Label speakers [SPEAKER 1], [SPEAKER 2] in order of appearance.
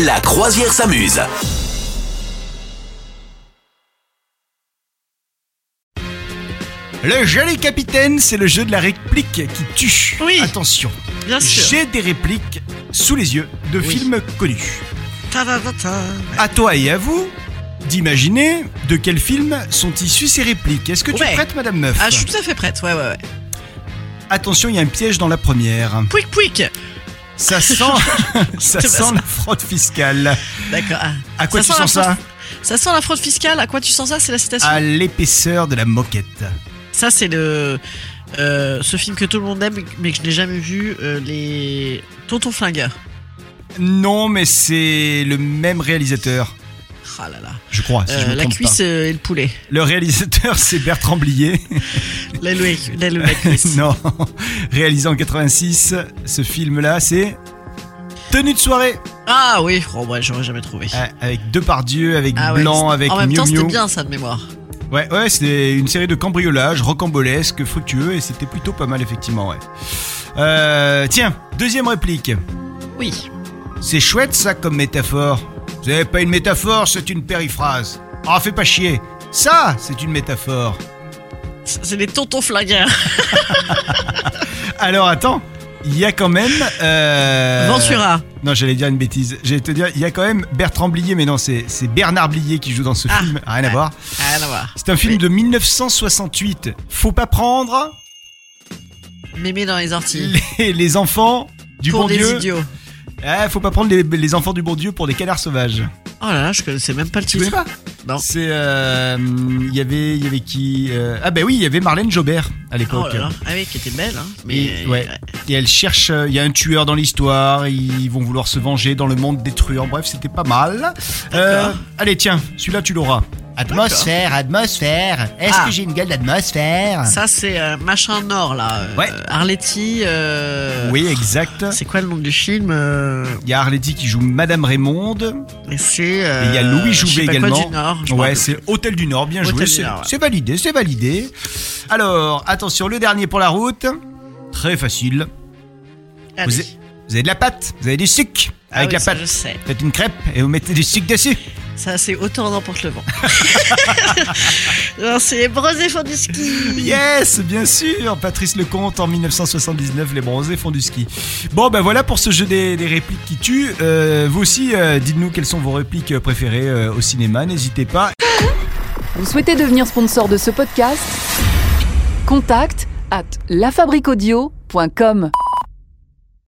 [SPEAKER 1] La croisière s'amuse.
[SPEAKER 2] Le jeu des capitaines, c'est le jeu de la réplique qui tue.
[SPEAKER 3] Oui.
[SPEAKER 2] Attention,
[SPEAKER 3] Bien sûr.
[SPEAKER 2] j'ai des répliques sous les yeux de
[SPEAKER 3] Oui.
[SPEAKER 2] films connus.
[SPEAKER 3] Ta ta ta ta.
[SPEAKER 2] À toi et à vous d'imaginer de quel film sont issues ces répliques. Est-ce que tu es
[SPEAKER 3] Ouais.
[SPEAKER 2] prêtes, Madame Meuf
[SPEAKER 3] Ah, je suis tout à fait prête. Ouais, ouais, ouais.
[SPEAKER 2] Attention, il y a un piège dans la première.
[SPEAKER 3] Pouic, pouic.
[SPEAKER 2] Ça sent, ça
[SPEAKER 3] C'est pas
[SPEAKER 2] sent
[SPEAKER 3] ça.
[SPEAKER 2] la fraude fiscale.
[SPEAKER 3] D'accord. ah.
[SPEAKER 2] À quoi
[SPEAKER 3] Ça
[SPEAKER 2] tu
[SPEAKER 3] sent la
[SPEAKER 2] sens ça Ah.
[SPEAKER 3] Ça sent la fraude fiscale. À quoi tu sens ça C'est la citation.
[SPEAKER 2] À l'épaisseur de la moquette.
[SPEAKER 3] Ça, c'est le. euh, ce film que tout le monde aime, mais que je n'ai jamais vu, euh, les Tontons Flingueurs.
[SPEAKER 2] Non, mais c'est le même réalisateur,
[SPEAKER 3] Ah là là.
[SPEAKER 2] je crois, si
[SPEAKER 3] Euh,
[SPEAKER 2] je me
[SPEAKER 3] la
[SPEAKER 2] trompe
[SPEAKER 3] cuisse euh, et le poulet.
[SPEAKER 2] pas. Le réalisateur, c'est Bertrand Blier.
[SPEAKER 3] La, la, la, la, la cuisse.
[SPEAKER 2] Non, réalisé en 86, ce film-là, c'est Tenue de soirée
[SPEAKER 3] Ah oui, oh, ouais, j'aurais jamais trouvé.
[SPEAKER 2] Euh, avec Depardieu, avec
[SPEAKER 3] Ah ouais,
[SPEAKER 2] Blanc,
[SPEAKER 3] c'était-
[SPEAKER 2] avec
[SPEAKER 3] En même
[SPEAKER 2] Miu
[SPEAKER 3] temps,
[SPEAKER 2] Miu.
[SPEAKER 3] c'était bien ça de mémoire.
[SPEAKER 2] Ouais, ouais, c'était une série de cambriolages rocambolesques, fructueux, et c'était plutôt pas mal effectivement. Ouais. Euh, tiens, deuxième réplique.
[SPEAKER 3] Oui.
[SPEAKER 2] C'est chouette ça comme métaphore. C'est pas une métaphore, c'est une périphrase. Ah, fais pas chier. Ça, c'est une métaphore.
[SPEAKER 3] C'est c'est les Tontons Flingueurs.
[SPEAKER 2] Alors attends, il y a quand même. Euh...
[SPEAKER 3] Ventura.
[SPEAKER 2] Non, j'allais dire une bêtise. J'allais te dire, il y a quand même Bertrand Blier, mais non, c'est c'est Bernard Blier qui joue dans ce
[SPEAKER 3] Ah.
[SPEAKER 2] film. Rien à voir.
[SPEAKER 3] Ah, là, voilà.
[SPEAKER 2] C'est un film de 1968. Faut pas prendre
[SPEAKER 3] Mémé dans les orties.
[SPEAKER 2] les, les enfants du
[SPEAKER 3] pour
[SPEAKER 2] bon
[SPEAKER 3] des
[SPEAKER 2] Dieu.
[SPEAKER 3] idiots.
[SPEAKER 2] Ah, faut pas prendre les, les enfants du bon Dieu pour des canards sauvages.
[SPEAKER 3] Oh là là, je connaissais même pas le
[SPEAKER 2] Tu connais
[SPEAKER 3] titre.
[SPEAKER 2] pas
[SPEAKER 3] Non.
[SPEAKER 2] C'est euh, il y avait il y avait qui euh, Ah ben oui, il y avait Marlène Jobert à
[SPEAKER 3] Oh
[SPEAKER 2] l'époque.
[SPEAKER 3] là là, ah oui, qui était belle, hein. Mais
[SPEAKER 2] Et, ouais. et elle cherche, euh, il y a un tueur dans l'histoire, ils vont vouloir se venger dans le monde des truands. Bref, c'était pas mal. Euh,
[SPEAKER 3] D'accord.
[SPEAKER 2] allez, tiens, celui-là tu l'auras. Atmosphère, atmosphère. Est-ce
[SPEAKER 3] Ah.
[SPEAKER 2] que j'ai une gueule d'atmosphère
[SPEAKER 3] ça c'est euh, machin nord là. euh,
[SPEAKER 2] Ouais.
[SPEAKER 3] Arletty. euh,
[SPEAKER 2] Oui, exact.
[SPEAKER 3] C'est quoi le nom du film euh,
[SPEAKER 2] Il y a Arletty qui joue Madame Raymonde.
[SPEAKER 3] Et c'est.
[SPEAKER 2] Et il y a
[SPEAKER 3] euh,
[SPEAKER 2] Louis
[SPEAKER 3] je sais
[SPEAKER 2] Jouvet
[SPEAKER 3] pas quoi
[SPEAKER 2] également.
[SPEAKER 3] du Nord, je me
[SPEAKER 2] ouais,
[SPEAKER 3] rappelle
[SPEAKER 2] c'est Hôtel du Nord, bien
[SPEAKER 3] Hôtel
[SPEAKER 2] joué.
[SPEAKER 3] du
[SPEAKER 2] C'est
[SPEAKER 3] Nord, ouais.
[SPEAKER 2] c'est validé, c'est validé. Alors, attention, le dernier pour la route. Très facile.
[SPEAKER 3] plus. Allez.
[SPEAKER 2] Vous, avez- vous avez de la pâte, vous avez du sucre
[SPEAKER 3] Ah
[SPEAKER 2] avec
[SPEAKER 3] oui,
[SPEAKER 2] la
[SPEAKER 3] ça,
[SPEAKER 2] pâte.
[SPEAKER 3] Je sais.
[SPEAKER 2] Faites une crêpe et vous mettez du sucre dessus.
[SPEAKER 3] Ça c'est autant d'emporte le vent. Non, c'est les brosés font du ski.
[SPEAKER 2] Yes, bien sûr. Patrice Lecomte en 1979, les bronzés font du ski. Bon, ben voilà pour ce jeu des, des répliques qui tuent. Euh, vous aussi, euh, dites-nous quelles sont vos répliques préférées euh, au cinéma. N'hésitez pas.
[SPEAKER 4] Vous souhaitez devenir sponsor de ce podcast Contact à lafabriquaudio.com.